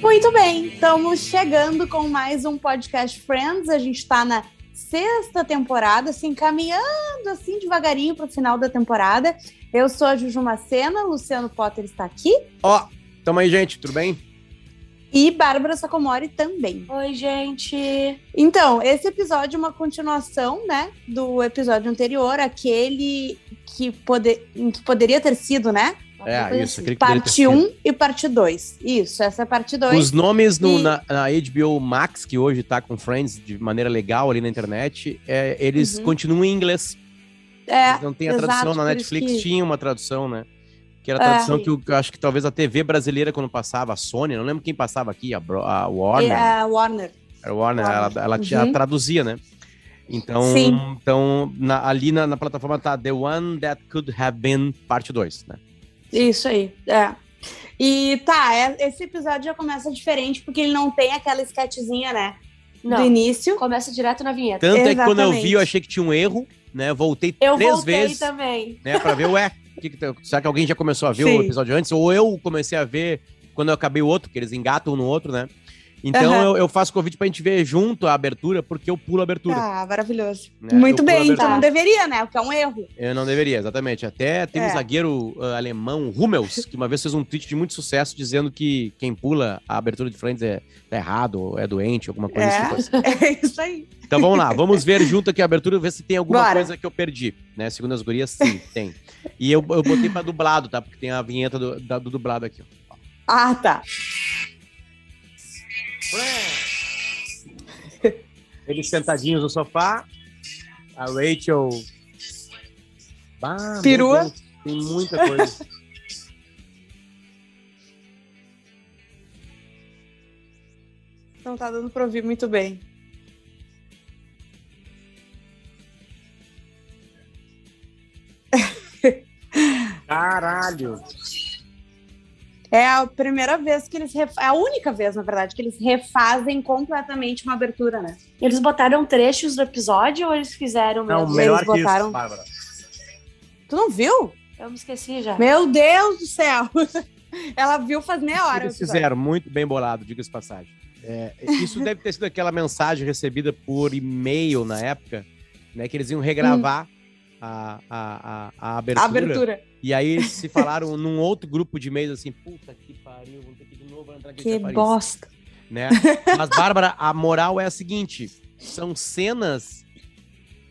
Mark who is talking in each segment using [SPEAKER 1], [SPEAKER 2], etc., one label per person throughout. [SPEAKER 1] Muito bem, estamos chegando com mais um podcast Friends. A gente está na sexta temporada, se assim, encaminhando assim devagarinho para o final da temporada. Eu sou a Juju Macena, Luciano Potter está aqui.
[SPEAKER 2] Ó, tamo aí, gente, tudo bem?
[SPEAKER 1] E Bárbara Sacomori também.
[SPEAKER 3] Oi, gente!
[SPEAKER 1] Então, esse episódio é uma continuação, né, do episódio anterior, aquele que, pode... que poderia ter sido, né?
[SPEAKER 2] É, isso.
[SPEAKER 3] assim.
[SPEAKER 2] aquele que
[SPEAKER 1] Parte
[SPEAKER 2] poderia
[SPEAKER 1] 1
[SPEAKER 2] ter sido.
[SPEAKER 1] e parte 2. Isso, essa é a parte 2.
[SPEAKER 2] Os nomes no,
[SPEAKER 1] E-
[SPEAKER 2] na, na HBO Max, que hoje tá com Friends de maneira legal ali na internet, é, eles
[SPEAKER 1] Uhum.
[SPEAKER 2] continuam em inglês.
[SPEAKER 1] É,
[SPEAKER 2] Eles não tem a
[SPEAKER 1] exato,
[SPEAKER 2] tradução. Na
[SPEAKER 1] por isso
[SPEAKER 2] Netflix
[SPEAKER 1] que-
[SPEAKER 2] tinha uma tradução, né? Que era a
[SPEAKER 1] É.
[SPEAKER 2] tradução que eu eu acho que talvez a TV brasileira, quando passava, a Sony, não lembro quem passava aqui, a, Bro- a Warner.
[SPEAKER 1] é, Warner.
[SPEAKER 2] A Warner, ela, ela, tinha-
[SPEAKER 1] Uhum.
[SPEAKER 2] ela traduzia, né? Então,
[SPEAKER 1] Sim.
[SPEAKER 2] então na- ali na, na plataforma tá The One That Could Have Been, parte 2, né?
[SPEAKER 1] Isso aí, é. E tá, é- esse episódio já começa diferente, porque ele não tem aquela sketchzinha, né? Do
[SPEAKER 3] Não,
[SPEAKER 1] início.
[SPEAKER 3] começa direto na vinheta.
[SPEAKER 2] Tanto é que quando eu vi, eu
[SPEAKER 1] Exatamente.
[SPEAKER 2] achei que tinha um erro, né? Eu Voltei
[SPEAKER 3] Eu
[SPEAKER 2] três
[SPEAKER 3] voltei
[SPEAKER 2] vezes,
[SPEAKER 3] também.
[SPEAKER 2] né? Pra ver, ué, que que tá- será que alguém já começou a ver
[SPEAKER 1] Sim.
[SPEAKER 2] o episódio antes? Ou eu comecei a ver quando eu acabei o outro, que eles engatam um no outro, né? Então
[SPEAKER 1] Aham.
[SPEAKER 2] eu, eu faço convite pra gente ver junto a abertura, porque eu pulo a abertura.
[SPEAKER 1] Ah, maravilhoso.
[SPEAKER 2] Né,
[SPEAKER 1] Muito
[SPEAKER 2] eu pulo a
[SPEAKER 1] bem, então
[SPEAKER 2] abertura.
[SPEAKER 1] não deveria, né? Porque é um erro.
[SPEAKER 2] Eu não deveria, exatamente. Até tem
[SPEAKER 1] É.
[SPEAKER 2] um zagueiro ah, alemão, Hummels, que uma vez fez um tweet de muito sucesso dizendo que quem pula a abertura de Friends é, tá errado, ou é doente, alguma coisa
[SPEAKER 1] É.
[SPEAKER 2] assim. coisa.
[SPEAKER 1] É isso aí.
[SPEAKER 2] Então vamos lá, vamos ver junto aqui a abertura, ver se tem alguma
[SPEAKER 1] Bora.
[SPEAKER 2] coisa que eu perdi. Né? Segundo as gurias, sim, tem. E eu, eu botei pra dublado, tá? Porque tem a vinheta do, da- do dublado aqui. ó.
[SPEAKER 1] Ah, tá.
[SPEAKER 2] Eles sentadinhos no sofá, a Rachel... Bah, meu
[SPEAKER 1] Perua.
[SPEAKER 2] Deus, Tem muita coisa.
[SPEAKER 1] Não tá dando pra ouvir muito bem.
[SPEAKER 2] Caralho.
[SPEAKER 1] É a primeira vez que eles ref... é a única vez, na verdade, que eles refazem completamente uma abertura, né?
[SPEAKER 3] Eles botaram trechos do episódio ou eles fizeram mesmo?
[SPEAKER 2] Não,
[SPEAKER 1] Eles
[SPEAKER 2] melhor que isso,
[SPEAKER 1] botaram-
[SPEAKER 2] Bárbara.
[SPEAKER 1] Tu não viu?
[SPEAKER 3] Eu me esqueci já.
[SPEAKER 1] Meu Deus do céu! Ela viu faz meia hora. o
[SPEAKER 2] Eles
[SPEAKER 1] episódio.
[SPEAKER 2] fizeram muito bem bolado, diga-se de passagem. É, isso deve ter sido aquela mensagem recebida por e-mail na época, né? Que eles iam regravar a, a, a, a abertura,
[SPEAKER 1] Hum. A abertura.
[SPEAKER 2] E aí eles se falaram num outro grupo de e-mails assim, puta que pariu, vamos ter que de novo entrar aqui
[SPEAKER 1] Que
[SPEAKER 2] Paris",
[SPEAKER 1] bosta.
[SPEAKER 2] né? Mas, Bárbara, a moral é a seguinte: são cenas.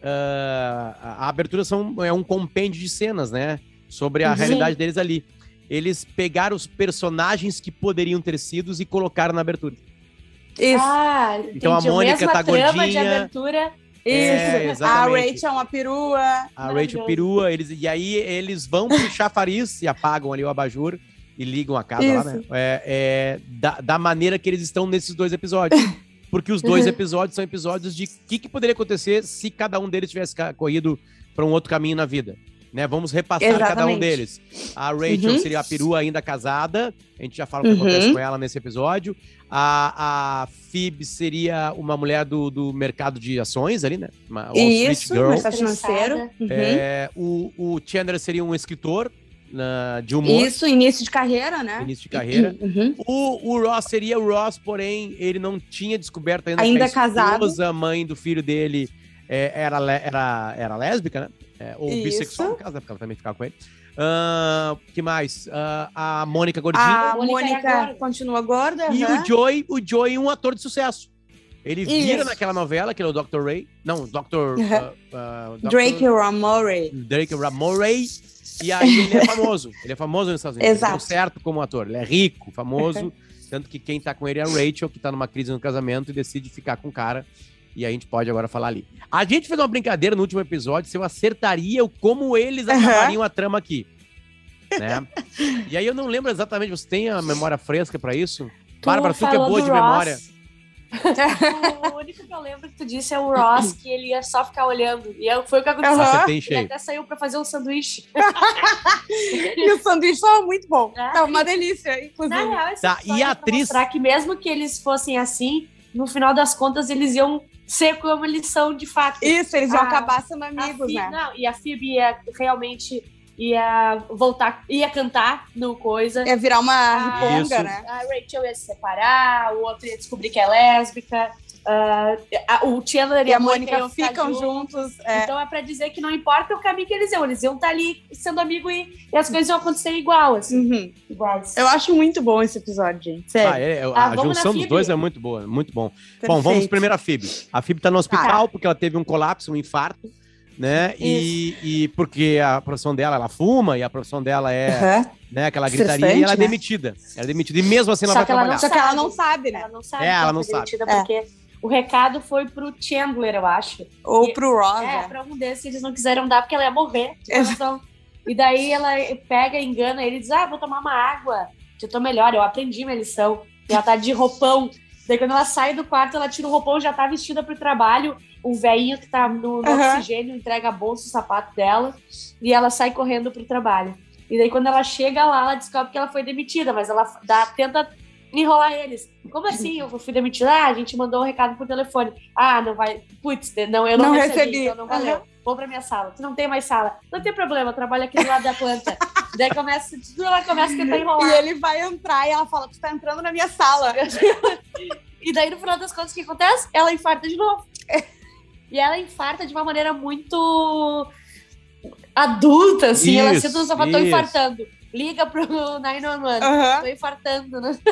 [SPEAKER 2] ah, a a abertura são, é um compêndio de cenas, né? Sobre a
[SPEAKER 3] Sim.
[SPEAKER 2] realidade deles ali. Eles pegaram os personagens que poderiam ter sido e colocaram na abertura.
[SPEAKER 1] Isso.
[SPEAKER 3] Ah,
[SPEAKER 2] Então a
[SPEAKER 3] entendi.
[SPEAKER 2] Mônica
[SPEAKER 3] mesma
[SPEAKER 2] tá
[SPEAKER 3] trama de
[SPEAKER 2] gordinha.
[SPEAKER 3] abertura.
[SPEAKER 1] Isso,
[SPEAKER 2] É,
[SPEAKER 1] a
[SPEAKER 2] exatamente.
[SPEAKER 1] Rachel é uma perua.
[SPEAKER 2] A Rachel
[SPEAKER 3] Maravilhoso.
[SPEAKER 2] perua, eles, e aí eles vão pro chafariz e apagam ali o abajur e ligam a casa lá,
[SPEAKER 1] Isso.
[SPEAKER 2] né? É, é, da, da maneira que eles estão nesses dois episódios. Porque os dois
[SPEAKER 1] Uhum.
[SPEAKER 2] episódios são episódios de o que, que poderia acontecer se cada um deles tivesse ca- corrido para um outro caminho na vida. Né? Vamos repassar cada um
[SPEAKER 1] Exatamente.
[SPEAKER 2] deles. A Rachel
[SPEAKER 1] Uhum.
[SPEAKER 2] seria a perua ainda casada. A gente já fala o que
[SPEAKER 1] Uhum.
[SPEAKER 2] acontece com ela nesse episódio. A, a Phoebe seria uma mulher do, do mercado de ações ali, né? Uma Wall Street
[SPEAKER 1] Isso,
[SPEAKER 2] Girl.
[SPEAKER 1] mercado financeiro. Uhum.
[SPEAKER 2] É, o, o Chandler seria um escritor na- de humor,
[SPEAKER 1] Isso, início de carreira, né?
[SPEAKER 2] início de carreira.
[SPEAKER 1] Uhum.
[SPEAKER 2] O, o Ross seria o Ross, porém, ele não tinha descoberto ainda
[SPEAKER 1] Ainda
[SPEAKER 2] que a
[SPEAKER 1] casado.
[SPEAKER 2] esposa, mãe do filho dele é, era, le- era, era lésbica, né? É, ou
[SPEAKER 1] Isso.
[SPEAKER 2] bissexual, no caso, né? Porque ela também ficava com ele. O que mais? Ah, a Mônica Gordinho.
[SPEAKER 1] A
[SPEAKER 3] A Mônica
[SPEAKER 1] Mônica
[SPEAKER 3] era gorda.
[SPEAKER 1] continua gorda.
[SPEAKER 2] e
[SPEAKER 1] aham.
[SPEAKER 2] o Joey, o Joey é um ator de sucesso. Ele vira
[SPEAKER 1] Isso.
[SPEAKER 2] naquela novela, que era o Dr. Ray. Não, Dr. ah, ah, Dr.
[SPEAKER 1] Drake Ramore.
[SPEAKER 2] Drake Ramorey. E aí ele é famoso. Ele é famoso nos Estados Unidos. Ele
[SPEAKER 1] Exato.
[SPEAKER 2] deu certo como ator. Ele é rico, famoso. Tanto que quem tá com ele é a Rachel, que tá numa crise no casamento e decide ficar com o cara. E a gente pode agora falar ali. A gente fez uma brincadeira no último episódio se eu acertaria o como eles
[SPEAKER 1] Aham.
[SPEAKER 2] acabariam a trama aqui. Né? E aí eu não lembro exatamente, você tem a memória fresca pra isso? Bárbara, tu que é
[SPEAKER 3] falou
[SPEAKER 2] boa
[SPEAKER 3] do
[SPEAKER 2] de
[SPEAKER 3] Ross.
[SPEAKER 2] memória.
[SPEAKER 3] O único que eu lembro que tu disse é o Ross, que ele ia só ficar olhando. E eu- foi o que aconteceu.
[SPEAKER 1] Aham.
[SPEAKER 2] Acertei em
[SPEAKER 3] Ele
[SPEAKER 2] cheio.
[SPEAKER 3] até saiu pra fazer um sanduíche.
[SPEAKER 1] E o sanduíche estava muito bom.
[SPEAKER 3] Ai.
[SPEAKER 1] Tava uma delícia,
[SPEAKER 3] Na
[SPEAKER 1] inclusive.
[SPEAKER 3] real, esse
[SPEAKER 2] Tá,
[SPEAKER 3] episódio
[SPEAKER 2] e a
[SPEAKER 3] é pra
[SPEAKER 2] atriz-
[SPEAKER 3] mostrar que mesmo que eles fossem assim, no final das contas eles iam ser como eles são de fato.
[SPEAKER 1] Isso, eles vão
[SPEAKER 3] Ah,
[SPEAKER 1] acabar sendo
[SPEAKER 3] A
[SPEAKER 1] amigos,
[SPEAKER 3] Phoebe-
[SPEAKER 1] né?
[SPEAKER 3] não, e a Phoebe é realmente ia voltar, ia cantar no coisa.
[SPEAKER 1] Ia virar uma
[SPEAKER 3] Ah,
[SPEAKER 1] riponga,
[SPEAKER 2] isso.
[SPEAKER 1] né?
[SPEAKER 3] A Rachel ia se separar, o outro ia descobrir que é lésbica. ah, a- o Chandler e,
[SPEAKER 1] E a Mônica
[SPEAKER 3] iam ficar
[SPEAKER 1] ficam
[SPEAKER 3] juntos.
[SPEAKER 1] juntos. é.
[SPEAKER 3] Então é pra dizer que não importa o caminho que eles iam, eles iam estar ali sendo amigo e, e as coisas iam acontecer igual, assim,
[SPEAKER 1] Uhum.
[SPEAKER 3] iguais.
[SPEAKER 1] Eu acho muito bom esse episódio, gente.
[SPEAKER 2] Ah,
[SPEAKER 1] Sério.
[SPEAKER 2] é, é,
[SPEAKER 3] Ah,
[SPEAKER 2] a
[SPEAKER 3] vamos na
[SPEAKER 2] junção dos
[SPEAKER 3] Phoebe.
[SPEAKER 2] dois é muito boa, muito bom. Bom, vamos
[SPEAKER 1] Perfeito.
[SPEAKER 2] primeiro a Fib. A Fib tá no hospital porque ela teve um colapso, um infarto, né? E, e porque a profissão dela, ela fuma e a profissão dela é
[SPEAKER 1] Aham.
[SPEAKER 2] né, aquela
[SPEAKER 1] Estressante,
[SPEAKER 2] gritaria e ela é
[SPEAKER 1] né?
[SPEAKER 2] demitida. Ela é demitida e mesmo assim ela
[SPEAKER 3] Só
[SPEAKER 2] vai
[SPEAKER 3] que ela não
[SPEAKER 2] trabalhar.
[SPEAKER 1] Só que ela não sabe, né?
[SPEAKER 3] Ela não sabe
[SPEAKER 2] É, ela
[SPEAKER 3] que
[SPEAKER 2] não
[SPEAKER 3] foi
[SPEAKER 2] sabe.
[SPEAKER 3] demitida
[SPEAKER 1] É.
[SPEAKER 3] porque o recado foi pro Chandler, eu acho.
[SPEAKER 1] Ou pro Ross.
[SPEAKER 3] É,
[SPEAKER 1] né?
[SPEAKER 3] pra um desses eles não quiseram dar porque ela ia morrer. Tipo,
[SPEAKER 1] É.
[SPEAKER 3] elas tão- E daí ela pega, engana ele e diz: Ah, vou tomar uma água, que eu tô melhor, eu aprendi minha lição. E ela tá de roupão. Daí quando ela sai do quarto, ela tira o roupão já tá vestida pro trabalho. O velhinho que tá no, no
[SPEAKER 1] Aham.
[SPEAKER 3] oxigênio entrega a bolsa, o sapato dela. E ela sai correndo pro trabalho. E daí quando ela chega lá, ela descobre que ela foi demitida, mas ela dá, tenta enrolar eles. Como assim? Eu fui demitida? Ah, a gente mandou um recado por telefone. Ah, não vai. Putz, né, não, eu não,
[SPEAKER 1] Não
[SPEAKER 3] recebi,
[SPEAKER 1] recebi.
[SPEAKER 3] então não valeu. Vou pra minha sala. Tu não tem mais sala. Não tem problema, eu trabalho aqui do lado da planta. Daí começa, tudo ela começa a tentar
[SPEAKER 1] E
[SPEAKER 3] enrolar.
[SPEAKER 1] ele vai entrar e ela fala: Tu tá entrando na minha sala.
[SPEAKER 3] E daí, no final das contas, o que acontece? Ela infarta de novo. E ela infarta de uma maneira muito adulta, assim. ela
[SPEAKER 2] Isso,
[SPEAKER 3] senta no sofá, tô
[SPEAKER 2] isso.
[SPEAKER 3] infartando. Liga pro 911.
[SPEAKER 1] Aham.
[SPEAKER 3] tô infartando, né?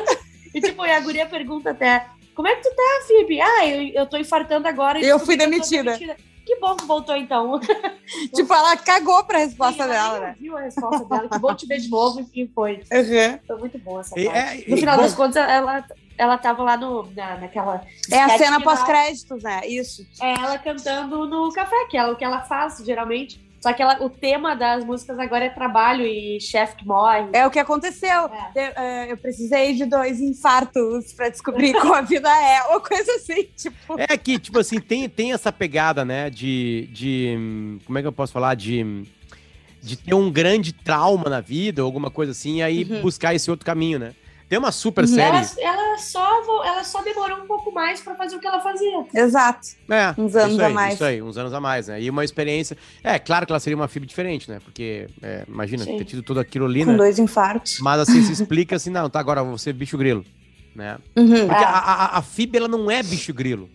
[SPEAKER 3] E tipo, e a guria pergunta até, como é que tu tá, Phoebe? Ah, eu, eu tô infartando agora. e
[SPEAKER 1] Eu
[SPEAKER 3] descobri
[SPEAKER 1] fui
[SPEAKER 3] que tô
[SPEAKER 1] demitida.
[SPEAKER 3] Que bom que voltou, então.
[SPEAKER 1] Tipo, ela cagou pra
[SPEAKER 3] E
[SPEAKER 1] resposta
[SPEAKER 3] ela
[SPEAKER 1] dela,
[SPEAKER 3] nem
[SPEAKER 1] né?
[SPEAKER 3] ouviu a resposta dela, que bom te ver de novo, enfim, foi.
[SPEAKER 1] Aham.
[SPEAKER 3] Foi muito boa essa
[SPEAKER 2] E-
[SPEAKER 3] parte.
[SPEAKER 2] é,
[SPEAKER 3] No
[SPEAKER 2] e-
[SPEAKER 3] final
[SPEAKER 2] bom,
[SPEAKER 3] das contas, ela, ela tava lá no, na, naquela...
[SPEAKER 1] É a
[SPEAKER 3] sketch
[SPEAKER 1] cena
[SPEAKER 3] final.
[SPEAKER 1] pós-créditos, né? Isso.
[SPEAKER 3] É ela cantando no café, que é o que ela faz, geralmente. Só que ela, o tema das músicas agora é trabalho e chefe que morre.
[SPEAKER 1] É o que aconteceu.
[SPEAKER 3] É.
[SPEAKER 1] Eu, eh, eu precisei de dois infartos pra descobrir como a vida é. Ou coisa assim, tipo.
[SPEAKER 2] É que, tipo assim, tem, tem essa pegada, né? De, de. hum, Como é que eu posso falar? De. hum, De ter um grande trauma na vida, ou alguma coisa assim, e aí
[SPEAKER 1] Uhum.
[SPEAKER 2] buscar esse outro caminho, né? Tem uma super
[SPEAKER 1] Uhum.
[SPEAKER 2] série.
[SPEAKER 3] Ela, ela, só, vo- ela só demorou um pouco mais pra fazer o que ela fazia.
[SPEAKER 1] Exato.
[SPEAKER 2] É,
[SPEAKER 1] Uns anos
[SPEAKER 2] isso aí,
[SPEAKER 1] a mais.
[SPEAKER 2] Isso aí, uns anos a mais, né? E uma experiência. É, claro que ela seria uma FIB diferente, né? Porque, é, imagina,
[SPEAKER 3] Sim.
[SPEAKER 2] ter tido toda aquilo ali,
[SPEAKER 1] Com
[SPEAKER 2] né?
[SPEAKER 1] dois infartos.
[SPEAKER 2] Mas assim, se explica assim, não, tá, agora você bicho grilo, né?
[SPEAKER 1] Uhum.
[SPEAKER 2] Porque
[SPEAKER 3] É.
[SPEAKER 2] a, a, a FIB, ela não é bicho grilo,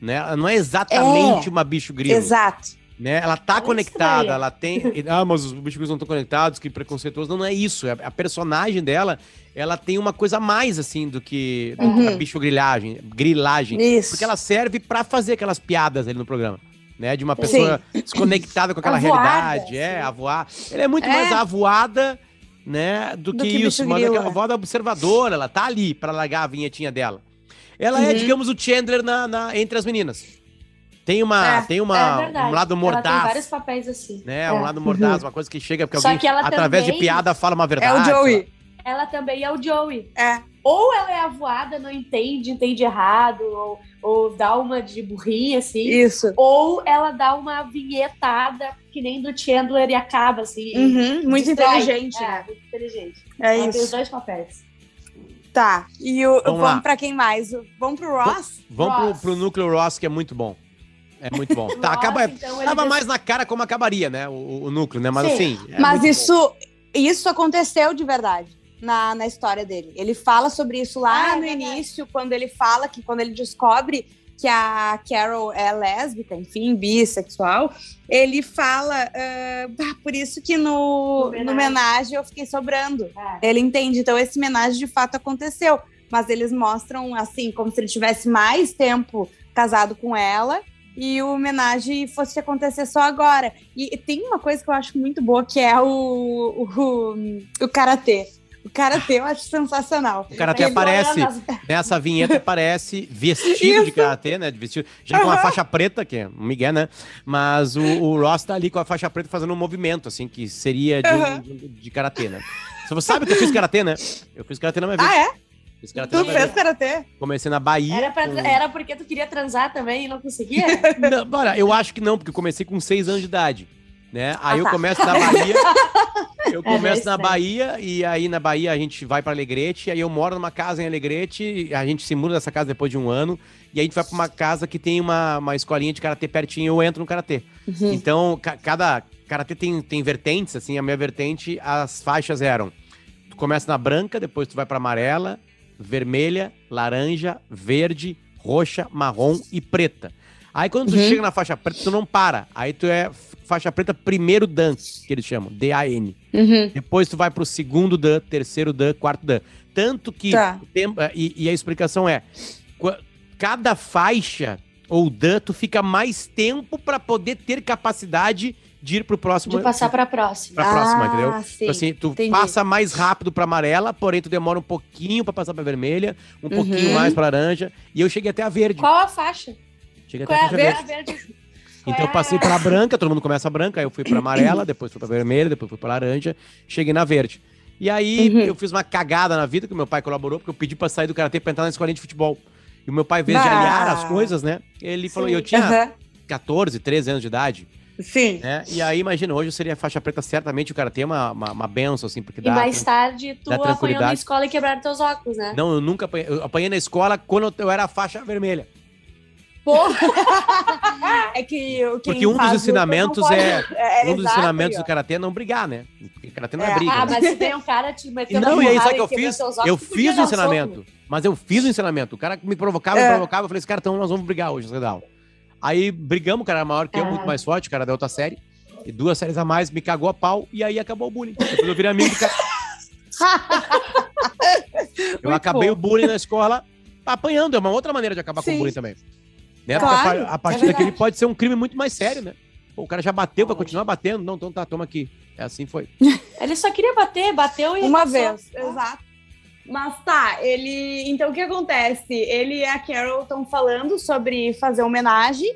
[SPEAKER 2] né? Ela não é exatamente uma bicho grilo,
[SPEAKER 1] Ah, Exato.
[SPEAKER 2] né? Ela
[SPEAKER 1] É
[SPEAKER 2] tá
[SPEAKER 3] Olha
[SPEAKER 2] conectada,
[SPEAKER 3] isso daí.
[SPEAKER 2] ela tem... Ah, mas os bichos grilos não estão conectados, que preconceituoso. Não, não é isso. A, a personagem dela, ela tem uma coisa a mais, assim, do que, do que a
[SPEAKER 1] Uhum.
[SPEAKER 2] bicho grilagem, grilagem.
[SPEAKER 1] Isso.
[SPEAKER 2] Porque ela serve pra fazer aquelas piadas ali no programa. Né, de uma pessoa desconectada com aquela
[SPEAKER 3] Avoada,
[SPEAKER 2] realidade, é,
[SPEAKER 3] assim.
[SPEAKER 2] avoar. Ela é muito
[SPEAKER 1] É.
[SPEAKER 2] mais avoada, né, do,
[SPEAKER 1] Do
[SPEAKER 2] que,
[SPEAKER 1] que
[SPEAKER 2] isso.
[SPEAKER 1] bicho
[SPEAKER 2] Mas
[SPEAKER 1] grilo,
[SPEAKER 2] aquela
[SPEAKER 1] é.
[SPEAKER 2] avoada observadora, ela tá ali pra largar a vinhetinha dela. Ela é,
[SPEAKER 1] Uhum.
[SPEAKER 2] digamos, o Chandler na, na- entre as meninas. Tem uma,
[SPEAKER 1] É,
[SPEAKER 2] tem uma,
[SPEAKER 3] é verdade.
[SPEAKER 2] um lado
[SPEAKER 3] Ela tem
[SPEAKER 2] mordaz,
[SPEAKER 3] vários papéis assim.
[SPEAKER 2] né,
[SPEAKER 3] É.
[SPEAKER 2] um lado mordaz, uma coisa que chega porque
[SPEAKER 3] Só
[SPEAKER 2] alguém
[SPEAKER 3] que ela
[SPEAKER 2] através de
[SPEAKER 3] também-
[SPEAKER 2] piada fala uma
[SPEAKER 1] É
[SPEAKER 2] verdade.
[SPEAKER 1] o
[SPEAKER 2] sei lá.
[SPEAKER 1] Joey.
[SPEAKER 3] Ela também é o Joey.
[SPEAKER 1] É.
[SPEAKER 3] Ou ela é avoada, não entende, entende errado, ou, ou dá uma de burrinha, assim.
[SPEAKER 1] Isso.
[SPEAKER 3] Ou ela dá uma vinhetada, que nem do Chandler, e acaba, assim. e
[SPEAKER 1] Uhum, Muito
[SPEAKER 3] distrai.
[SPEAKER 1] inteligente,
[SPEAKER 3] É,
[SPEAKER 1] né?
[SPEAKER 3] muito inteligente.
[SPEAKER 1] É
[SPEAKER 3] ela tem os
[SPEAKER 1] isso.
[SPEAKER 3] dois papéis.
[SPEAKER 1] Tá. E o,
[SPEAKER 2] Vamos
[SPEAKER 1] vamos,
[SPEAKER 2] lá.
[SPEAKER 1] pra quem mais? Vamos pro Ross?
[SPEAKER 2] Vamos pro,
[SPEAKER 3] Ross.
[SPEAKER 2] pro núcleo Ross que é muito bom. É muito bom. Tá, acaba,
[SPEAKER 3] Nossa, então ele
[SPEAKER 2] Tava
[SPEAKER 3] des-
[SPEAKER 2] mais na cara como acabaria, né? O, o núcleo, né? Mas
[SPEAKER 3] Sim.
[SPEAKER 2] assim. é
[SPEAKER 1] Mas
[SPEAKER 2] muito
[SPEAKER 1] isso, isso aconteceu de verdade na, na história dele. Ele fala sobre isso lá
[SPEAKER 3] Ah, é
[SPEAKER 1] no
[SPEAKER 3] verdade.
[SPEAKER 1] início, quando ele fala que quando ele descobre que a Carol é lésbica, enfim, bissexual, ele fala ah, "Bah, por isso que no,
[SPEAKER 3] No
[SPEAKER 1] no
[SPEAKER 3] homenagem.
[SPEAKER 1] homenagem eu fiquei sobrando.
[SPEAKER 3] É.
[SPEAKER 1] Ele entende. Então, esse homenagem de fato aconteceu. Mas eles mostram, assim, como se ele tivesse mais tempo casado com ela e o homenagem fosse acontecer só agora. E tem uma coisa que eu acho muito boa, que é o, o, o karatê. O karatê eu acho sensacional.
[SPEAKER 2] O cara até
[SPEAKER 3] Ele é
[SPEAKER 2] aparece,
[SPEAKER 3] olha nas-
[SPEAKER 2] nessa vinheta aparece vestido de karatê, né? De vestido, já com uma faixa preta, que é um migué, né? Mas o, o Ross tá ali com a faixa preta fazendo um movimento, assim, que seria de, um-
[SPEAKER 1] Aham.
[SPEAKER 2] de, um- de karatê, né? Você sabe que eu fiz karatê, né? Eu fiz karatê na minha vida.
[SPEAKER 1] Ah, é?
[SPEAKER 2] Fiz karatê na
[SPEAKER 1] Tu
[SPEAKER 2] minha
[SPEAKER 1] fez
[SPEAKER 2] vida.
[SPEAKER 1] karatê?
[SPEAKER 2] Comecei na Bahia.
[SPEAKER 3] Era, pra-
[SPEAKER 2] com-
[SPEAKER 3] era porque tu queria transar também e não conseguia?
[SPEAKER 2] Não, olha, eu acho que não, porque eu comecei com seis anos de idade. Né?
[SPEAKER 1] Ah,
[SPEAKER 2] Aí eu
[SPEAKER 1] tá. É,
[SPEAKER 2] começo na Bahia. Eu começo
[SPEAKER 3] bem
[SPEAKER 2] na
[SPEAKER 3] estranho.
[SPEAKER 2] Bahia e aí na Bahia a gente vai pra Alegrete, aí eu moro numa casa em Alegrete, a gente se muda dessa casa depois de um ano e a gente vai pra uma casa que tem uma, uma escolinha de karatê pertinho, eu entro no karatê.
[SPEAKER 1] Uhum.
[SPEAKER 2] Então, ca- cada karatê tem, tem vertentes, assim, a minha vertente, as faixas eram. Tu começa na branca, depois tu vai pra amarela, vermelha, laranja, verde, roxa, marrom e preta. Aí quando tu
[SPEAKER 1] Uhum.
[SPEAKER 2] chega na faixa preta, tu não para. Aí tu é f- faixa preta primeiro dan, que eles chamam, D-A-N.
[SPEAKER 1] Uhum.
[SPEAKER 2] Depois tu vai pro segundo dan, terceiro dan, quarto dan. Tanto que
[SPEAKER 1] Tá.
[SPEAKER 2] o tempo- eh, e, e a explicação é: qua- cada faixa ou dan, tu fica mais tempo pra poder ter capacidade de ir pro próximo.
[SPEAKER 3] De passar pra próxima.
[SPEAKER 2] Pra próxima, entendeu?
[SPEAKER 1] Ah, sim.
[SPEAKER 2] Então, assim, tu
[SPEAKER 1] entendi.
[SPEAKER 2] passa mais rápido pra amarela, porém tu demora um pouquinho pra passar pra vermelha, um
[SPEAKER 1] Uhum.
[SPEAKER 2] pouquinho mais pra laranja. E eu cheguei até a verde.
[SPEAKER 3] Qual a faixa?
[SPEAKER 2] Cheguei até
[SPEAKER 3] Qual é a
[SPEAKER 2] faixa verde.
[SPEAKER 3] ver- verde? Qual
[SPEAKER 2] Então eu
[SPEAKER 3] é
[SPEAKER 2] passei
[SPEAKER 3] a-
[SPEAKER 2] pra branca, todo mundo começa a branca, aí eu fui pra amarela, depois fui pra vermelha, depois fui pra laranja, cheguei na verde. E aí
[SPEAKER 1] Uhum.
[SPEAKER 2] eu fiz uma cagada na vida, que o meu pai colaborou, porque eu pedi pra sair do Karatê pra entrar na escolinha de futebol. E o meu pai, em vez de
[SPEAKER 1] Bah.
[SPEAKER 2] aliar as coisas, né? Ele falou, e eu tinha
[SPEAKER 1] Ah, Aham.
[SPEAKER 2] 14, 13 anos de idade,
[SPEAKER 1] Sim.
[SPEAKER 2] né? E aí, imagina, hoje eu seria faixa preta, certamente o Karatê é uma, uma, uma benção, assim, porque
[SPEAKER 3] E
[SPEAKER 2] dá...
[SPEAKER 3] mais tarde, tu
[SPEAKER 2] dá
[SPEAKER 3] apanhou
[SPEAKER 2] tranquilidade.
[SPEAKER 3] na escola e quebraram teus óculos, né?
[SPEAKER 2] Não, eu nunca apanhei, eu apanhei na escola quando eu era faixa vermelha.
[SPEAKER 1] Porra! é que o quem
[SPEAKER 2] Porque um dos
[SPEAKER 1] faz luta
[SPEAKER 2] ensinamentos
[SPEAKER 1] não pode-
[SPEAKER 2] é-
[SPEAKER 1] é
[SPEAKER 2] um dos
[SPEAKER 1] exato,
[SPEAKER 2] ensinamentos
[SPEAKER 1] aí,
[SPEAKER 2] do Karatê é não brigar, né? Porque Karatê não é,
[SPEAKER 1] É,
[SPEAKER 2] briga, né?
[SPEAKER 3] Ah, mas se tem um cara te metendo
[SPEAKER 2] não,
[SPEAKER 3] uma
[SPEAKER 2] e aí,
[SPEAKER 3] porrada
[SPEAKER 2] sabe o que eu
[SPEAKER 3] quebrou
[SPEAKER 2] fiz?
[SPEAKER 3] teus óculos,
[SPEAKER 2] Eu
[SPEAKER 3] tu
[SPEAKER 2] fiz
[SPEAKER 3] podia
[SPEAKER 2] o
[SPEAKER 3] dar um
[SPEAKER 2] ensinamento.
[SPEAKER 3] soco.
[SPEAKER 2] Mas eu fiz o ensinamento. O cara me provocava,
[SPEAKER 1] É.
[SPEAKER 2] me provocava. Eu falei, esse cara, então nós vamos brigar hoje, legal. Aí brigamos, o cara era maior que eu,
[SPEAKER 3] Ah.
[SPEAKER 2] muito mais forte, o cara é da outra série. E duas séries a mais, me cagou a pau e aí acabou o bullying. Depois eu virei amigo do cara. eu
[SPEAKER 1] Muito
[SPEAKER 2] acabei
[SPEAKER 1] bom.
[SPEAKER 2] o bullying na escola apanhando. É uma outra maneira de acabar com
[SPEAKER 1] Sim.
[SPEAKER 2] o bullying também. Né?
[SPEAKER 1] Claro,
[SPEAKER 2] Porque a, pa- a partir
[SPEAKER 3] verdade.
[SPEAKER 2] daquele pode ser um crime muito mais sério, né? Pô, o cara já bateu, vai continuar batendo? Não, então tá, toma aqui. É assim foi.
[SPEAKER 3] Ele só queria bater, bateu e.
[SPEAKER 1] Uma
[SPEAKER 3] passou.
[SPEAKER 1] vez, exato. Mas tá, ele. Então o que acontece? Ele e a Carol estão falando sobre fazer homenagem.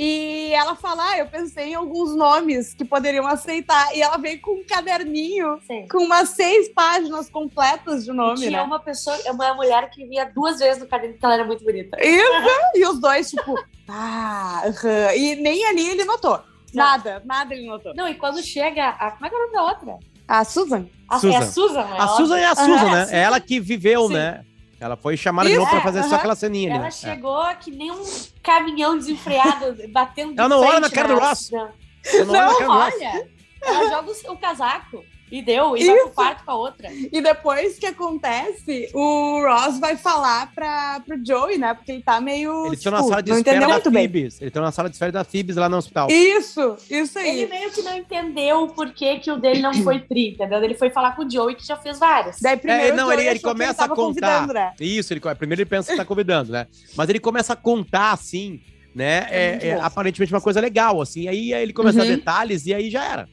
[SPEAKER 1] E ela fala: ah, eu pensei em alguns nomes que poderiam aceitar. E ela veio com um caderninho
[SPEAKER 3] Sim.
[SPEAKER 1] com umas seis páginas completas de
[SPEAKER 3] E
[SPEAKER 1] nome,
[SPEAKER 3] Tinha
[SPEAKER 1] né?
[SPEAKER 3] uma pessoa, é uma mulher que vinha duas vezes no caderno porque ela era muito bonita.
[SPEAKER 1] Isso! E os dois, tipo, ah, aham. e nem ali ele notou.
[SPEAKER 3] Não.
[SPEAKER 1] Nada, nada ele notou.
[SPEAKER 3] Não, e quando chega. A... Como é que é o nome da outra?
[SPEAKER 1] A Susan?
[SPEAKER 3] A,
[SPEAKER 2] Susan.
[SPEAKER 3] É a Susan, né?
[SPEAKER 2] A
[SPEAKER 3] Ela-
[SPEAKER 2] Susan é a
[SPEAKER 1] Aham.
[SPEAKER 2] Susan, né? É ela que viveu,
[SPEAKER 3] Sim.
[SPEAKER 2] né? Ela foi chamada de
[SPEAKER 1] Isso,
[SPEAKER 2] novo pra
[SPEAKER 3] é,
[SPEAKER 2] fazer só
[SPEAKER 1] aham.
[SPEAKER 2] aquela ceninha ali,
[SPEAKER 3] Ela
[SPEAKER 2] né? É.
[SPEAKER 3] chegou que nem um caminhão desenfreado, batendo de
[SPEAKER 2] Ela não
[SPEAKER 3] frente
[SPEAKER 2] olha na cara do Ross.
[SPEAKER 3] Susan.
[SPEAKER 2] Eu É. Então, não
[SPEAKER 1] Não,
[SPEAKER 2] lembro que
[SPEAKER 3] Não
[SPEAKER 2] ela gosta.
[SPEAKER 3] olha! Ela joga o seu casaco. E deu, e vai pro quarto com a outra.
[SPEAKER 1] E depois que acontece, o Ross vai falar pra, pro Joey, né? Porque ele tá meio.
[SPEAKER 2] Eles estão na
[SPEAKER 1] tipo,
[SPEAKER 2] sala de
[SPEAKER 1] não
[SPEAKER 2] espera
[SPEAKER 1] entendeu
[SPEAKER 2] da
[SPEAKER 1] muito bem.
[SPEAKER 2] Phoebes. Eles estão na sala de espera da Phoebes lá no hospital.
[SPEAKER 1] Isso, isso aí.
[SPEAKER 3] Ele meio que não entendeu o porquê que o dele não foi tri, entendeu? Ele foi falar com o Joey, que já fez várias.
[SPEAKER 1] Daí primeiro.
[SPEAKER 2] É, não,
[SPEAKER 1] o Joey
[SPEAKER 2] ele- ele
[SPEAKER 1] achou que
[SPEAKER 2] começa
[SPEAKER 1] tava
[SPEAKER 2] a contar.
[SPEAKER 1] convidando, né?
[SPEAKER 2] Isso, ele, co- primeiro ele pensa que tá convidando, né? Mas ele começa a contar, assim, né?
[SPEAKER 3] É
[SPEAKER 2] É,
[SPEAKER 3] muito
[SPEAKER 2] é
[SPEAKER 3] bom.
[SPEAKER 2] aparentemente uma coisa legal, assim. Aí, aí ele começa a
[SPEAKER 1] Uhum.
[SPEAKER 2] dar detalhes e aí já era.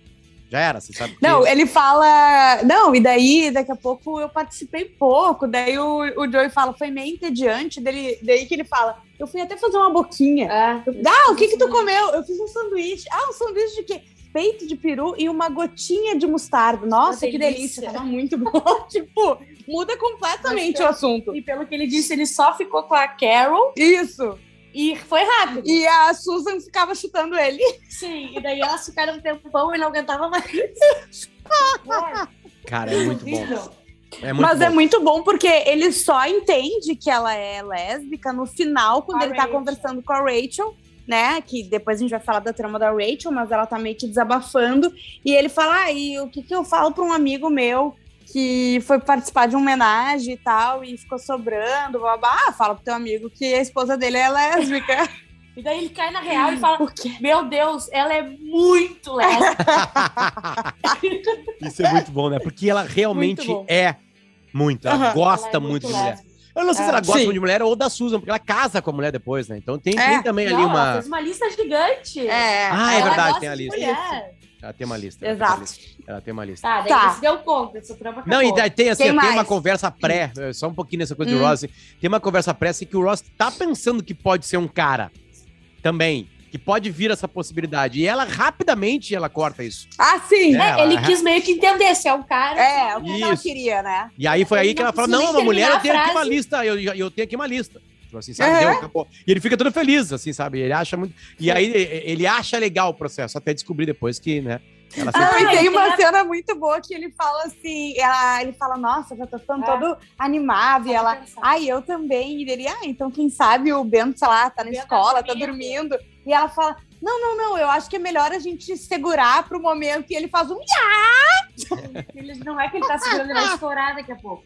[SPEAKER 2] Já era, você sabe? que-
[SPEAKER 1] Não, é ele fala. Não, e daí, daqui a pouco eu participei pouco. Daí o, o Joey fala, foi meio entediante. Dele, daí que ele fala, eu fui até fazer uma boquinha.
[SPEAKER 3] Ah,
[SPEAKER 1] Ah, o que que tu comeu? Eu fiz um sanduíche. Ah, um sanduíche de quê? Peito de peru e uma gotinha de mostarda. Nossa,
[SPEAKER 3] Uma
[SPEAKER 1] que
[SPEAKER 3] delícia.
[SPEAKER 1] delícia. Tava muito bom. tipo, muda completamente
[SPEAKER 3] Mas
[SPEAKER 1] o assunto.
[SPEAKER 3] E pelo que ele disse, ele só ficou com a Carol
[SPEAKER 1] Isso.
[SPEAKER 3] e foi rápido.
[SPEAKER 1] E a Susan ficava chutando ele.
[SPEAKER 3] Sim, e daí elas ficaram um tempão e não aguentava mais.
[SPEAKER 2] Cara, é muito bom. É muito
[SPEAKER 1] Mas
[SPEAKER 2] bom.
[SPEAKER 1] é muito bom porque ele só entende que ela é lésbica no final, quando
[SPEAKER 3] Com a
[SPEAKER 1] ele tá
[SPEAKER 3] Rachel.
[SPEAKER 1] conversando com a Rachel, né? Que depois a gente vai falar da trama da Rachel, mas ela tá meio que desabafando. E ele fala: ah, e o que, que eu falo pra um amigo meu que foi participar de uma homenagem e tal, e ficou sobrando, babá, ah, fala pro teu amigo que a esposa dele é lésbica.
[SPEAKER 3] E daí ele cai na real e fala:
[SPEAKER 1] Por quê?
[SPEAKER 3] Meu Deus, ela é muito leve.
[SPEAKER 2] Isso é muito bom, né? Porque ela realmente
[SPEAKER 1] Muito bom.
[SPEAKER 2] é muito. Ela
[SPEAKER 1] Aham. é
[SPEAKER 2] gosta
[SPEAKER 3] é
[SPEAKER 2] muito de mulher. Eu não sei se
[SPEAKER 1] Ah,
[SPEAKER 2] ela gosta
[SPEAKER 1] sim.
[SPEAKER 2] muito de mulher ou da Susan, porque ela casa com a mulher depois, né? Então tem,
[SPEAKER 1] É.
[SPEAKER 2] tem também ali
[SPEAKER 3] Não, ela
[SPEAKER 2] uma.
[SPEAKER 3] fez uma lista gigante.
[SPEAKER 1] É.
[SPEAKER 2] Ah, é
[SPEAKER 3] Ela
[SPEAKER 2] verdade,
[SPEAKER 3] gosta
[SPEAKER 2] tem a
[SPEAKER 3] de
[SPEAKER 2] lista.
[SPEAKER 3] mulher.
[SPEAKER 2] Ela tem uma lista. ela tem uma
[SPEAKER 1] Exato.
[SPEAKER 2] lista, Ela tem uma lista.
[SPEAKER 3] Tá, daí
[SPEAKER 1] Tá.
[SPEAKER 3] ele se deu conta, essa trama
[SPEAKER 2] Não, e
[SPEAKER 3] acabou.
[SPEAKER 2] daí tem assim,
[SPEAKER 1] Quem
[SPEAKER 2] tem
[SPEAKER 1] mais?
[SPEAKER 2] uma conversa pré, eh, só um pouquinho nessa coisa
[SPEAKER 1] Hum.
[SPEAKER 2] do Ross. assim, Tem uma conversa pré assim, que o Ross tá pensando que pode ser um cara também. Que pode vir essa possibilidade. E ela rapidamente ela corta isso.
[SPEAKER 1] Ah, sim!
[SPEAKER 2] É.
[SPEAKER 1] É,
[SPEAKER 3] É, ele
[SPEAKER 2] ela-
[SPEAKER 3] quis meio que entender se é um cara.
[SPEAKER 1] o
[SPEAKER 3] se
[SPEAKER 1] que ela
[SPEAKER 2] Isso.
[SPEAKER 1] queria, né?
[SPEAKER 2] E aí foi
[SPEAKER 3] Ele
[SPEAKER 2] aí que
[SPEAKER 3] não
[SPEAKER 2] ela fala:
[SPEAKER 3] precisa
[SPEAKER 2] não,
[SPEAKER 3] nem
[SPEAKER 2] uma mulher, eu
[SPEAKER 3] terminar
[SPEAKER 2] tenho
[SPEAKER 3] a
[SPEAKER 2] aqui uma
[SPEAKER 3] frase.
[SPEAKER 2] lista. Eu, eu tenho aqui uma lista. Tipo assim, sabe?
[SPEAKER 1] Aham.
[SPEAKER 2] Deu, acabou. E ele fica todo feliz, assim, sabe? Ele acha muito. E aí e- ele acha legal o processo, até descobrir depois que, né? Ela
[SPEAKER 1] Ah,
[SPEAKER 2] sempre-
[SPEAKER 1] e tem uma
[SPEAKER 3] tem
[SPEAKER 1] cena muito boa que ele fala assim, ela, ele fala, nossa, já tô ficando
[SPEAKER 3] É.
[SPEAKER 1] todo animado. E
[SPEAKER 3] Pode
[SPEAKER 1] ela,
[SPEAKER 3] pensar.
[SPEAKER 1] ai, eu também. E ele, ah, então quem sabe o Bento, sei lá, tá na
[SPEAKER 3] Bento
[SPEAKER 1] escola, tá
[SPEAKER 3] tá
[SPEAKER 1] dormindo. E ela fala, não, não, não, eu acho que é melhor a gente segurar pro momento. E ele faz um iá.
[SPEAKER 3] Ele- não é que ele tá segurando, ele vai estourar daqui a pouco.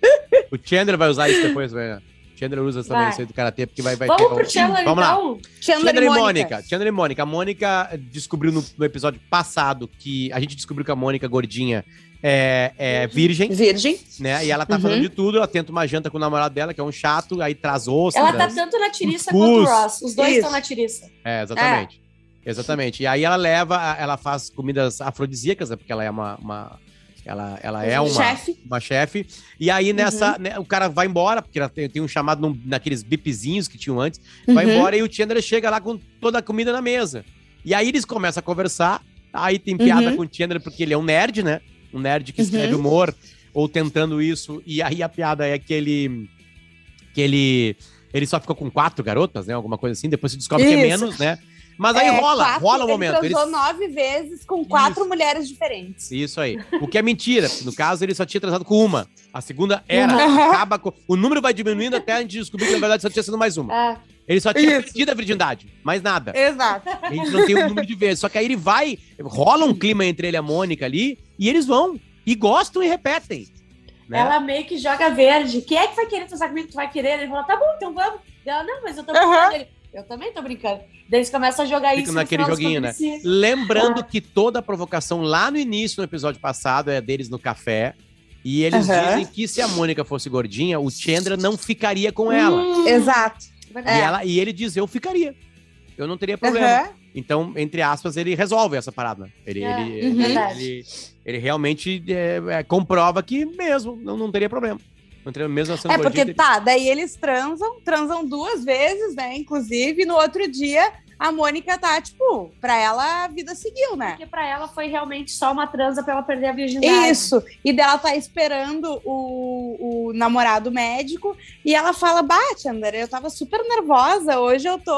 [SPEAKER 2] O Chandler vai usar isso depois, velho. Chandler usa também
[SPEAKER 3] Vai.
[SPEAKER 2] isso aí do Karatê, porque vai, vai ter...
[SPEAKER 3] Vamos
[SPEAKER 2] o-
[SPEAKER 3] pro Chandler,
[SPEAKER 2] Vamos lá.
[SPEAKER 3] então.
[SPEAKER 1] Chandler,
[SPEAKER 2] Chandler e Mônica. Chandler e Mônica. A Mônica descobriu no, no episódio passado que a gente descobriu que a Mônica gordinha é, é virgem,
[SPEAKER 1] Virgem.
[SPEAKER 2] né? E ela tá
[SPEAKER 1] Uhum.
[SPEAKER 2] falando de tudo. Ela tenta uma janta com o namorado dela, que é um chato, aí traz ostra.
[SPEAKER 3] Ela tá tanto na tiriça
[SPEAKER 2] Pus.
[SPEAKER 3] quanto o Ross. Os dois
[SPEAKER 1] Isso.
[SPEAKER 3] estão na tiriça.
[SPEAKER 2] É, exatamente. Exatamente. E aí ela leva, ela faz comidas afrodisíacas, né? Porque ela é uma. uma- ela, ela é uma.
[SPEAKER 1] Chefe.
[SPEAKER 2] Uma chefe. E
[SPEAKER 1] Uhum.
[SPEAKER 2] aí nessa. né, o cara vai embora, porque ela tem, tem um chamado num- naqueles bipzinhos que tinham antes. Vai
[SPEAKER 1] Uhum.
[SPEAKER 2] embora e o Chandler chega lá com toda a comida na mesa. E aí eles começam a conversar. Aí tem piada
[SPEAKER 1] Uhum.
[SPEAKER 2] com o Chandler, porque ele é um nerd, né? Um nerd que escreve humor, ou tentando isso. E aí a piada é que ele. Que ele. Ele só ficou com quatro garotas, né? Alguma coisa assim. Depois se descobre que é
[SPEAKER 1] Isso.
[SPEAKER 2] menos, né? Mas aí
[SPEAKER 1] É,
[SPEAKER 2] rola,
[SPEAKER 1] quatro-
[SPEAKER 2] rola o momento.
[SPEAKER 1] Ele transou
[SPEAKER 2] Eles-
[SPEAKER 1] nove vezes com quatro mulheres diferentes.
[SPEAKER 2] Isso aí. O que é mentira. porque No caso, ele só tinha transado com uma. A segunda era.
[SPEAKER 1] Uhum.
[SPEAKER 2] Acaba com... O número vai diminuindo até a gente descobrir que, na verdade, só tinha sido mais uma.
[SPEAKER 3] Ah,
[SPEAKER 2] Ele só tinha
[SPEAKER 1] Isso.
[SPEAKER 2] perdido a virgindade. Mais nada.
[SPEAKER 1] Exato.
[SPEAKER 2] A gente não tem o número de vezes. Só que aí ele vai, rola um clima entre ele e a Mônica ali, e eles vão. E gostam e repetem. Né?
[SPEAKER 3] Ela meio que joga verde. Quem é que vai querer transar comigo? Tu vai querer? Ele fala, tá bom, então vamos. Ela, não, mas eu tô brincando.
[SPEAKER 1] Aham.
[SPEAKER 3] Ele, eu também tô brincando. Daí eles começam a jogar
[SPEAKER 2] Fica
[SPEAKER 3] isso. no
[SPEAKER 2] naquele
[SPEAKER 3] final das
[SPEAKER 2] joguinho,
[SPEAKER 3] contas, eles se-
[SPEAKER 2] Lembrando que toda a provocação lá no início, no episódio passado, é deles no café. E eles
[SPEAKER 1] Aham.
[SPEAKER 2] dizem que se a Mônica fosse gordinha, o Chandra não ficaria com ela.
[SPEAKER 3] Hum,
[SPEAKER 1] Exato.
[SPEAKER 3] verdade.
[SPEAKER 2] E, ela, e ele diz, eu ficaria. Eu não teria problema.
[SPEAKER 1] É. Aham.
[SPEAKER 2] Então, entre aspas, ele resolve essa parada. Ele,
[SPEAKER 3] É,
[SPEAKER 1] Uhum.
[SPEAKER 2] ele, ele-
[SPEAKER 3] verdade.
[SPEAKER 2] ele, ele realmente é, é, comprova que mesmo, não, não teria problema. Não teria, mesmo sendo
[SPEAKER 1] É, porque
[SPEAKER 2] gordinho,
[SPEAKER 1] tá, daí eles transam, transam duas vezes, né? Inclusive, no outro dia, a Mônica tá, tipo, pra ela a vida seguiu, né?
[SPEAKER 3] Porque pra ela foi realmente só uma transa pra ela perder a virgindade.
[SPEAKER 1] Isso. E dela tá esperando o, o namorado médico e ela fala: Bate, André, eu tava super nervosa, hoje eu tô,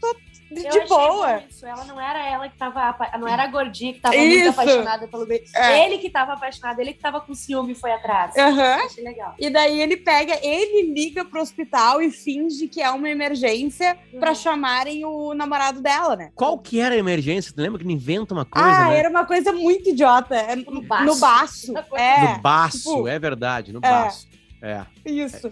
[SPEAKER 1] tô de,
[SPEAKER 3] Eu
[SPEAKER 1] de
[SPEAKER 3] achei
[SPEAKER 1] boa.
[SPEAKER 3] bom Isso. Ela não era ela que tava. apa- Não era a gordinha que tava
[SPEAKER 1] Isso.
[SPEAKER 3] muito apaixonada pelo beijo.
[SPEAKER 1] É.
[SPEAKER 3] Ele que tava apaixonado, ele que tava com ciúme e foi atrás.
[SPEAKER 1] Aham.
[SPEAKER 3] Achei legal.
[SPEAKER 1] E daí ele pega, ele liga pro hospital e finge que é uma emergência
[SPEAKER 3] Uhum.
[SPEAKER 1] pra chamarem o namorado dela, né?
[SPEAKER 2] Qual que era a emergência? Tu lembra que ele inventa uma coisa,
[SPEAKER 1] Ah,
[SPEAKER 2] né?
[SPEAKER 1] era uma coisa muito idiota. É
[SPEAKER 3] No baço.
[SPEAKER 1] No baço.
[SPEAKER 3] Uma coisa-
[SPEAKER 1] É,
[SPEAKER 2] no baço,
[SPEAKER 1] tipo-
[SPEAKER 2] é verdade, no baço. É.
[SPEAKER 1] isso.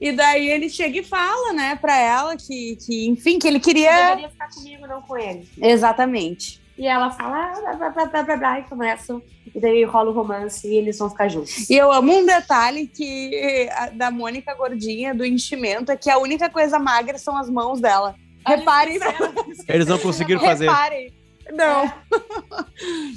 [SPEAKER 1] E daí ele chega e fala, né, pra ela que, que enfim, que ele
[SPEAKER 3] Você
[SPEAKER 1] queria.
[SPEAKER 3] deveria ficar comigo, não com ele.
[SPEAKER 1] Exatamente.
[SPEAKER 3] E ela fala, ah, blá, blá, blá, blá, blá, blá, e começam. E daí rola o romance e eles vão ficar juntos.
[SPEAKER 1] E eu amo um detalhe que eh, a- da Mônica Gordinha, do enchimento, é que a única coisa magra são as mãos dela. Reparem,
[SPEAKER 2] Eles não conseguiram fazer.
[SPEAKER 1] reparem. Não.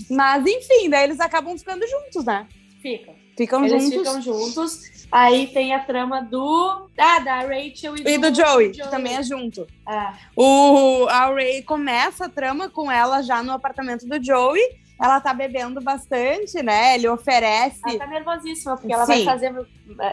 [SPEAKER 1] Mas enfim, daí eles acabam ficando juntos, né?
[SPEAKER 3] Fica.
[SPEAKER 1] Ficam
[SPEAKER 3] eles
[SPEAKER 1] juntos.
[SPEAKER 3] ficam juntos. Aí tem a trama do. Ah, da Rachel e,
[SPEAKER 1] E do Joey, que também é junto.
[SPEAKER 3] Ah,
[SPEAKER 1] O, a Ray começa a trama com ela já no apartamento do Joey. Ela tá bebendo bastante, né? Ele oferece.
[SPEAKER 3] ela tá nervosíssima, porque ela vai
[SPEAKER 1] Sim.
[SPEAKER 3] fazer,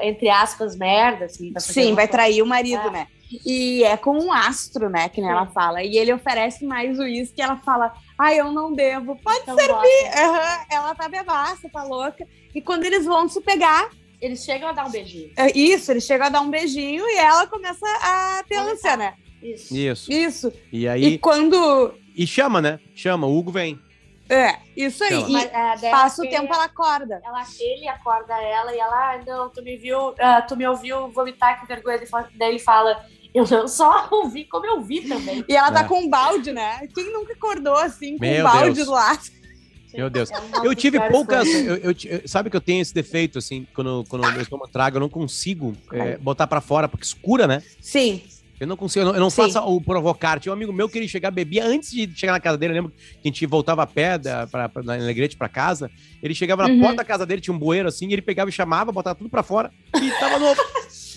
[SPEAKER 3] entre aspas, merda, assim. fazer
[SPEAKER 1] Sim, vai
[SPEAKER 3] alguma
[SPEAKER 1] trair o marido,
[SPEAKER 3] É.
[SPEAKER 1] né? E é com um astro, né? Que nem
[SPEAKER 3] Sim.
[SPEAKER 1] ela fala. E ele oferece mais uísque. Ela fala: Ai, eu não devo. Pode.
[SPEAKER 3] coisa, então bota.
[SPEAKER 1] Aham, Ela tá bebaça, tá louca. E quando eles vão se pegar,
[SPEAKER 3] Eles chegam a dar um beijinho.
[SPEAKER 1] é isso, ele chega a dar um beijinho e ela começa a ter
[SPEAKER 3] Começar.
[SPEAKER 1] ânsia, né?
[SPEAKER 3] Isso.
[SPEAKER 2] Isso.
[SPEAKER 1] Isso.
[SPEAKER 2] E
[SPEAKER 1] E
[SPEAKER 2] aí.
[SPEAKER 1] quando.
[SPEAKER 2] E, chama, né? Chama, o Hugo vem.
[SPEAKER 1] É, isso aí.
[SPEAKER 2] Ela-
[SPEAKER 1] E
[SPEAKER 3] Mas, ah, daí
[SPEAKER 1] passa o
[SPEAKER 3] ela-
[SPEAKER 1] tempo, ela acorda.
[SPEAKER 3] Ela, ele acorda ela e ela, ah, não, tu me viu, ah, tu me ouviu vomitar, que vergonha. Ele fala- Daí ele fala, eu não só ouvi, como eu vi também.
[SPEAKER 1] E ela tá
[SPEAKER 2] É.
[SPEAKER 1] com um balde, né? Quem nunca acordou assim, com
[SPEAKER 2] Meu
[SPEAKER 1] um balde
[SPEAKER 2] Deus.
[SPEAKER 1] do lado?
[SPEAKER 2] Meu Deus.
[SPEAKER 3] É uma
[SPEAKER 2] Eu tive
[SPEAKER 3] das
[SPEAKER 2] poucas.
[SPEAKER 3] coisas.
[SPEAKER 2] Eu, eu ti- eu- sabe que eu tenho esse defeito, assim, quando, quando eu tomo trago, eu não consigo é, botar pra fora, porque escura, né?
[SPEAKER 1] Sim.
[SPEAKER 2] Eu não consigo, eu não, eu não
[SPEAKER 1] Sim.
[SPEAKER 2] faço o provocar. Tinha um amigo meu que ele chegava, bebia antes de chegar na casa dele. Eu lembro que a gente voltava a pé da, pra, pra, na Alegrete pra casa. Ele chegava na
[SPEAKER 1] Uhum.
[SPEAKER 2] porta da casa dele, tinha um bueiro assim, e ele pegava e chamava, botava tudo pra fora e tava no.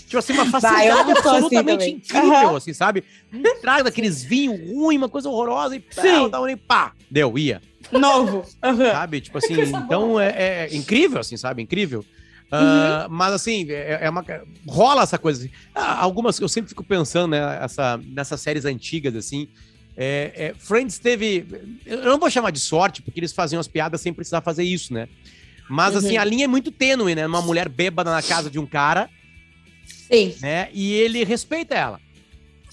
[SPEAKER 2] tipo assim, uma
[SPEAKER 1] Vai, eu
[SPEAKER 2] facilidade
[SPEAKER 1] não sou assim
[SPEAKER 2] absolutamente
[SPEAKER 1] também.
[SPEAKER 2] incrível, assim, sabe? Traz daqueles vinhos ruim, uma coisa horrorosa, e pá,
[SPEAKER 1] Sim.
[SPEAKER 2] botava nele, pá, deu, ia.
[SPEAKER 1] Novo. Aham.
[SPEAKER 2] Sabe? Tipo assim, então é, é incrível, assim, sabe? Incrível. Ah,
[SPEAKER 1] Uhum.
[SPEAKER 2] Mas assim, é, é uma, rola essa coisa. assim. Ah, algumas, eu sempre fico pensando, né, essa, nessas séries antigas, assim, É, é, Friends teve. Eu não vou chamar de sorte, porque eles faziam as piadas sem precisar fazer isso, né? Mas, assim,
[SPEAKER 1] Uhum.
[SPEAKER 2] a linha é muito tênue, né? Uma mulher bêbada na casa de um cara,
[SPEAKER 1] Sim,
[SPEAKER 2] né? E ele respeita ela.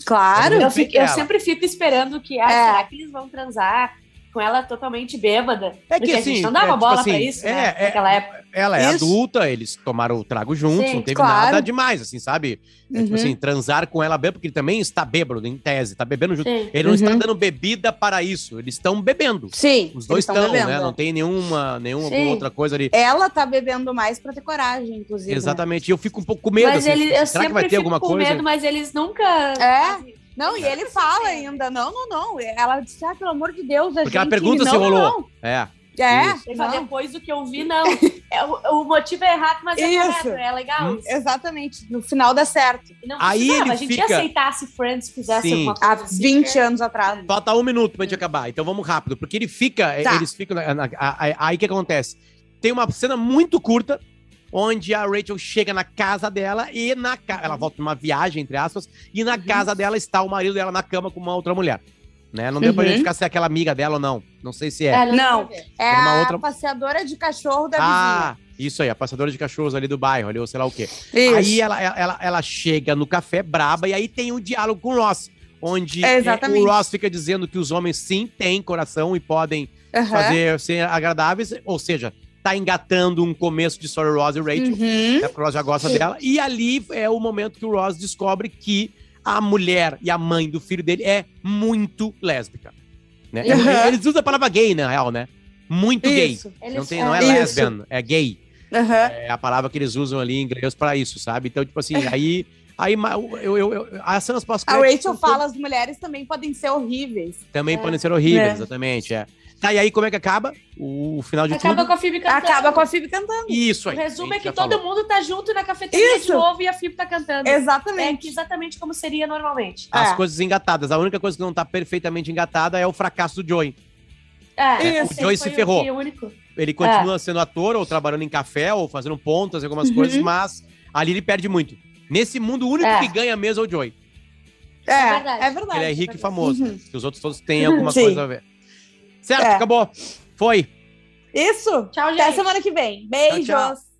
[SPEAKER 1] claro.
[SPEAKER 2] Então,
[SPEAKER 3] Eu, fico- eu
[SPEAKER 2] Ela.
[SPEAKER 3] sempre fico esperando que, ah,
[SPEAKER 1] É.
[SPEAKER 3] será que eles vão transar com ela totalmente bêbada?
[SPEAKER 2] É que,
[SPEAKER 3] Porque a gente
[SPEAKER 2] assim,
[SPEAKER 3] não
[SPEAKER 2] é,
[SPEAKER 3] dava
[SPEAKER 2] tipo
[SPEAKER 3] bola
[SPEAKER 2] assim,
[SPEAKER 3] pra isso,
[SPEAKER 2] é,
[SPEAKER 3] né?
[SPEAKER 2] é.
[SPEAKER 3] Naquela época.
[SPEAKER 2] Ela é
[SPEAKER 1] Isso.
[SPEAKER 2] adulta, eles tomaram o trago juntos,
[SPEAKER 3] Sim,
[SPEAKER 2] não teve
[SPEAKER 1] claro.
[SPEAKER 2] nada demais, assim, sabe? É, tipo
[SPEAKER 1] Uhum.
[SPEAKER 2] assim, transar com ela bêbada, porque ele também está bêbado, em tese, tá bebendo junto.
[SPEAKER 3] Sim.
[SPEAKER 2] Ele não está
[SPEAKER 1] Uhum.
[SPEAKER 2] dando bebida para isso, eles estão bebendo.
[SPEAKER 1] Sim.
[SPEAKER 2] Os dois
[SPEAKER 1] eles tão
[SPEAKER 2] estão,
[SPEAKER 1] bebendo.
[SPEAKER 2] né? Não tem nenhuma, nenhuma
[SPEAKER 3] Sim.
[SPEAKER 2] outra coisa ali.
[SPEAKER 1] Ela tá bebendo mais pra ter coragem, inclusive. né?
[SPEAKER 2] Exatamente. E eu fico um pouco com medo.
[SPEAKER 3] mas
[SPEAKER 2] assim,
[SPEAKER 3] ele,
[SPEAKER 2] será
[SPEAKER 3] eu sempre
[SPEAKER 2] que vai ter
[SPEAKER 3] fico
[SPEAKER 2] alguma
[SPEAKER 3] com
[SPEAKER 2] coisa?
[SPEAKER 3] medo, mas eles nunca.
[SPEAKER 1] É? Não, e ele fala ainda, não, não, não. Ela disse, ah, pelo amor de Deus, a
[SPEAKER 2] Porque
[SPEAKER 1] gente...
[SPEAKER 2] ela pergunta
[SPEAKER 1] não,
[SPEAKER 2] se
[SPEAKER 1] não,
[SPEAKER 2] rolou.
[SPEAKER 1] não.
[SPEAKER 2] É.
[SPEAKER 1] É,
[SPEAKER 3] Ele
[SPEAKER 1] não.
[SPEAKER 3] fala, depois do que eu vi, não. É, o, o motivo é errado, mas é
[SPEAKER 1] Isso.
[SPEAKER 3] correto, é legal.
[SPEAKER 2] Hum.
[SPEAKER 3] isso.
[SPEAKER 1] exatamente. No final dá certo.
[SPEAKER 3] E Não
[SPEAKER 2] Aí
[SPEAKER 3] precisava,
[SPEAKER 2] ele
[SPEAKER 3] a gente
[SPEAKER 2] fica-
[SPEAKER 3] ia aceitar se Friends fizesse
[SPEAKER 2] Sim.
[SPEAKER 3] alguma
[SPEAKER 1] Há
[SPEAKER 3] coisa. assim.
[SPEAKER 1] 20 anos atrás.
[SPEAKER 2] Falta um minuto pra gente acabar. Então vamos rápido. Porque ele fica.
[SPEAKER 1] Tá.
[SPEAKER 2] Eles ficam. na- na- a- a- aí o que acontece? Tem uma cena muito curta. Onde a Rachel chega na casa dela e na ca... ela volta numa viagem, entre aspas, e na
[SPEAKER 1] Uhum.
[SPEAKER 2] casa dela está o marido dela na cama com uma outra mulher. Né? Não deu pra
[SPEAKER 1] Uhum.
[SPEAKER 2] gente ficar se é aquela amiga dela ou não. Não sei se é.
[SPEAKER 3] É,
[SPEAKER 1] Não.
[SPEAKER 3] sei ver.
[SPEAKER 1] É
[SPEAKER 2] Tem uma
[SPEAKER 1] a
[SPEAKER 2] outra-
[SPEAKER 1] passeadora de cachorro da
[SPEAKER 2] ah, isso aí, a passadora de cachorros ali do bairro, ali, ou sei lá o quê.
[SPEAKER 1] vizinha.
[SPEAKER 2] Aí ela, ela- ela, ela chega no café braba e aí tem um diálogo com o Ross. Onde
[SPEAKER 1] É,
[SPEAKER 2] eh,
[SPEAKER 1] exatamente.
[SPEAKER 2] o Ross fica dizendo que os homens sim têm coração e podem
[SPEAKER 1] Aham.
[SPEAKER 2] fazer ser agradáveis, ou seja, tá engatando um começo de Story Ross e Rachel,
[SPEAKER 1] Uhum.
[SPEAKER 2] né, porque o Ross já gosta dela. E ali é o momento que o Ross descobre que a mulher e a mãe do filho dele é muito lésbica. Né?
[SPEAKER 1] Uhum.
[SPEAKER 2] Eles usam a palavra gay, na real, né? Muito gay.
[SPEAKER 1] Isso.
[SPEAKER 3] Eles-
[SPEAKER 2] Não, tem, não é
[SPEAKER 1] Isso.
[SPEAKER 2] lesbian, é gay
[SPEAKER 1] Aham.
[SPEAKER 2] é a palavra que eles usam ali em inglês pra isso, sabe? Então, tipo assim, aí. aí ma- eu, eu, eu, as cenas
[SPEAKER 1] A
[SPEAKER 3] Né,
[SPEAKER 2] pós-créditos
[SPEAKER 1] Rachel
[SPEAKER 3] tipo,
[SPEAKER 2] são
[SPEAKER 1] fala, as mulheres também podem ser horríveis.
[SPEAKER 2] todas- também
[SPEAKER 3] É.
[SPEAKER 2] podem ser horríveis,
[SPEAKER 1] É.
[SPEAKER 2] exatamente. É. Tá, e aí como é que acaba? O, final de
[SPEAKER 3] Acaba
[SPEAKER 2] tudo.
[SPEAKER 3] com a Phoebe cantando.
[SPEAKER 1] Acaba com a Phoebe cantando.
[SPEAKER 2] Isso
[SPEAKER 3] O
[SPEAKER 2] aí.
[SPEAKER 3] resumo
[SPEAKER 2] a
[SPEAKER 3] é
[SPEAKER 2] gente
[SPEAKER 3] que
[SPEAKER 2] já
[SPEAKER 3] todo
[SPEAKER 2] falou.
[SPEAKER 3] mundo tá junto na cafeteria
[SPEAKER 1] Isso.
[SPEAKER 3] de novo e a Phoebe tá cantando. É que
[SPEAKER 1] Exatamente.
[SPEAKER 3] exatamente como seria normalmente.
[SPEAKER 2] As
[SPEAKER 1] É.
[SPEAKER 2] coisas engatadas. A única coisa que não tá perfeitamente engatada é o fracasso do Joey.
[SPEAKER 3] É,
[SPEAKER 1] Isso.
[SPEAKER 3] esse
[SPEAKER 2] O Joey se
[SPEAKER 3] foi o
[SPEAKER 2] ferrou.
[SPEAKER 3] dia único.
[SPEAKER 2] Ele continua sendo ator, ou trabalhando em café, ou fazendo pontas, algumas
[SPEAKER 1] Uhum.
[SPEAKER 2] coisas, mas ali ele perde muito. Nesse mundo, o único
[SPEAKER 3] É.
[SPEAKER 2] que ganha mesmo é o Joey.
[SPEAKER 1] É,
[SPEAKER 3] É verdade.
[SPEAKER 1] é verdade.
[SPEAKER 2] Ele é rico e famoso.
[SPEAKER 1] Uhum.
[SPEAKER 2] Que os outros todos têm alguma
[SPEAKER 1] Sim.
[SPEAKER 2] coisa a ver. Certo,
[SPEAKER 1] É.
[SPEAKER 2] acabou. Foi.
[SPEAKER 1] Isso.
[SPEAKER 3] Tchau,
[SPEAKER 1] Até
[SPEAKER 3] gente. Tá
[SPEAKER 1] semana que vem. Beijos.
[SPEAKER 2] Tchau, tchau.